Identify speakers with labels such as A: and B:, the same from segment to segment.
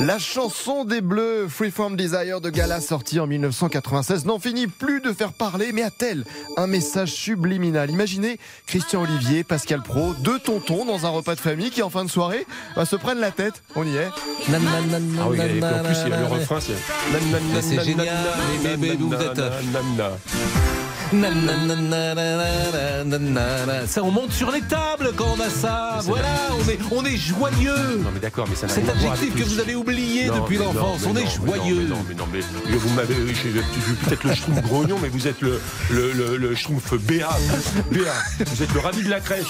A: La chanson des Bleus, Freeform Desire de Gala, sortie en 1996, n'en finit plus de faire parler, mais a-t-elle un message subliminal Imaginez Christian Olivier, Pascal Pro, deux tontons dans un repas de famille qui, en fin de soirée, bah, se prennent la tête. On y est.
B: Ah oui, et puis en plus, il y a le refrain, c'est.
C: Mais c'est génial, les bébés loups
B: euh
C: d'attache. Nananananananananana. Ça, on monte sur les tables quand on a ça. Voilà, on est, on est joyeux.
B: Non, mais d'accord, mais ça n'a
C: Cet
B: rien à voir avec
C: adjectif que
B: le-
C: vous avez oublié
B: Non,
C: depuis
B: mais non,
C: l'enfance.
B: mais
C: On
B: non,
C: est
B: mais non,
C: joyeux.
B: Mais non, mais non, mais mais vous m'avez. Je suis peut-être le schtroumpf grognon, mais vous êtes le, le, le, le schtroumpf béat. Béat. Vous êtes le ravi de la crèche.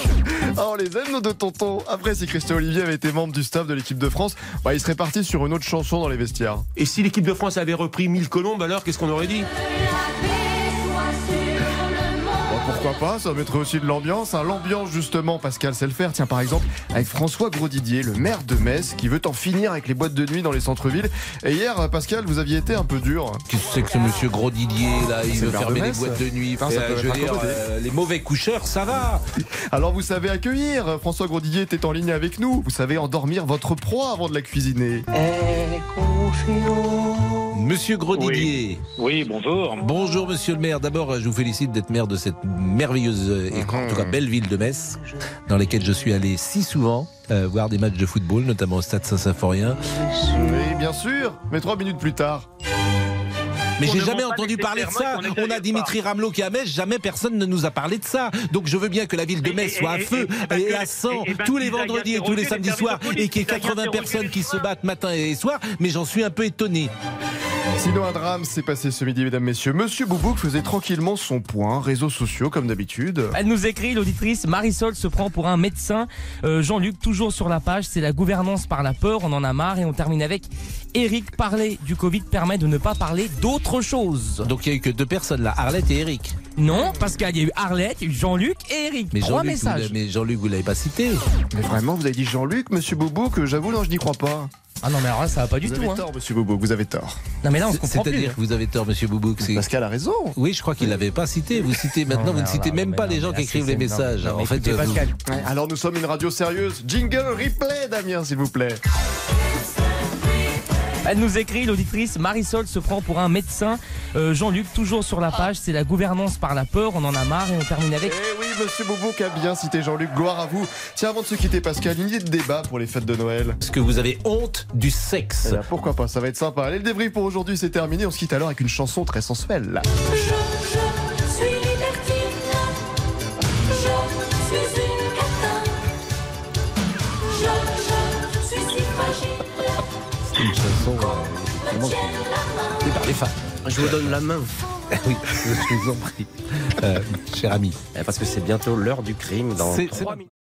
A: Ah, on les aime, nos deux tontons. Après, si Christian Olivier avait été membre du staff de l'équipe de France, bah, il serait parti sur une autre chanson dans les vestiaires.
B: Et si l'équipe de France avait repris 1000 colombes, alors qu'est-ce qu'on aurait dit
A: Bah, pourquoi pas Ça mettrait aussi de l'ambiance. hein. L'ambiance, justement, Pascal sait le faire. Tiens, par exemple, avec François Grosdidier, le maire de Metz, qui veut en finir avec les boîtes de nuit dans les centres-villes. Et hier, Pascal, vous aviez été un peu dur.
C: Qu'est-ce que c'est que ce monsieur Gros Didier là Il
A: Ah. C'est
C: veut
A: le maire
C: fermer
A: de
C: les
A: Metz.
C: boîtes de nuit.
A: Enfin, ça
C: Euh,
A: peut
C: je veux
A: être
C: dire,
A: raconté.
C: euh, les mauvais coucheurs, ça va.
A: Alors vous savez accueillir, François Grosdidier était en ligne avec nous, vous savez endormir votre proie avant de la cuisiner.
C: Monsieur Gros Didier.
D: Oui, bonjour.
C: Bonjour Monsieur le maire. D'abord, je vous félicite d'être maire de cette merveilleuse euh, et en tout
D: Mhm.
C: cas belle ville de Metz, dans laquelle je suis allé si souvent euh, voir des matchs de football, notamment au Stade Saint-Symphorien.
A: Mais bien sûr, mais trois minutes plus tard.
C: Mais
D: On
C: j'ai
D: ne
C: jamais
D: vend pas
C: entendu
D: des
C: parler de ça.
D: thermos
C: On
D: qu'on
C: a
D: n'exagère
C: Dimitri Ramelot qui est à Metz, jamais personne ne nous a parlé de ça. Donc je veux bien que la ville de
D: Et-
C: Metz
D: et-
C: soit à
D: et-
C: feu
D: et-
C: et,
D: parce que-
C: à 100
D: et- et-
C: tous les
D: parce que
C: vendredis et
D: Zagazère
C: tous les
D: refuse
C: samedis
D: les
C: soirs
D: services de
C: et qu'il y ait
D: police,
C: 80
D: Zagazère
C: personnes
D: refuse
C: qui
D: les
C: se
D: soirs.
C: battent matin et soir. Mais j'en suis un peu étonné.
A: Sinon un drame s'est passé ce midi, mesdames, messieurs. Monsieur Boubouk faisait tranquillement son point, réseaux sociaux comme d'habitude.
E: Elle nous écrit, l'auditrice Marisol se prend pour un médecin. Euh, Jean-Luc, toujours sur la page, c'est la gouvernance par la peur, on en a marre et on termine avec Eric, parler du Covid permet de ne pas parler d'autre chose.
C: Donc il y a eu que deux personnes là, Arlette et Eric.
E: Non, parce qu'il y a eu Arlette, il y a eu Jean-Luc et Eric.
C: Mais
E: Trois
C: Jean-Luc, vous l'avez-
E: messages.
C: mais Jean-Luc, vous l'avez pas cité.
A: Mais vraiment, vous avez dit Jean-Luc, monsieur Boubouk, j'avoue, non, je n'y crois pas.
E: Ah non, mais alors là, ça va pas du
A: vous
E: tout.
A: avez
E: hein.
A: tort, monsieur Boubouk, vous avez tort.
E: Non, mais là, on se comprend plus.
C: C'est-à-dire que vous avez tort, Monsieur Boubouk. c'est-
A: Pascal a raison.
C: Oui, je crois qu'il l'avait pas cité. Vous citez maintenant,
E: Non,
C: vous ne
E: alors
C: citez
E: là,
C: même
E: mais
C: pas
E: non,
C: les gens
E: mais
C: qui
E: là,
C: écrivent
E: c'est-
C: les
E: c'est- non,
C: messages.
E: non, mais
C: En fait,
E: écoutez,
C: euh, vous-
E: Pascal,
A: Ouais, alors nous sommes une radio sérieuse. Jingle replay, Damien, s'il vous plaît.
E: Elle nous écrit, l'auditrice Marisol se prend pour un médecin. Euh, Jean-Luc, toujours sur la page, c'est la gouvernance par la peur, on en a marre et on termine avec.
A: Eh oui, monsieur Boubouk a bien cité Jean-Luc, gloire à vous. Tiens, avant de se quitter, Pascal, une idée de débat pour les fêtes de Noël.
C: Parce que vous avez honte du
A: Eh
C: sexe.
A: bien, pourquoi pas, ça va être sympa. Allez, le débrief pour aujourd'hui, c'est terminé. On se quitte alors avec une chanson très sensuelle.
C: Une chanson, euh, vraiment, c'est par les femmes.
F: Je vous donne la main,
C: Oui, je vous en prie, Euh, cher ami.
F: Eh, parce que c'est bientôt l'heure du crime dans
C: C'est-
F: trois
C: c'est-
F: minutes.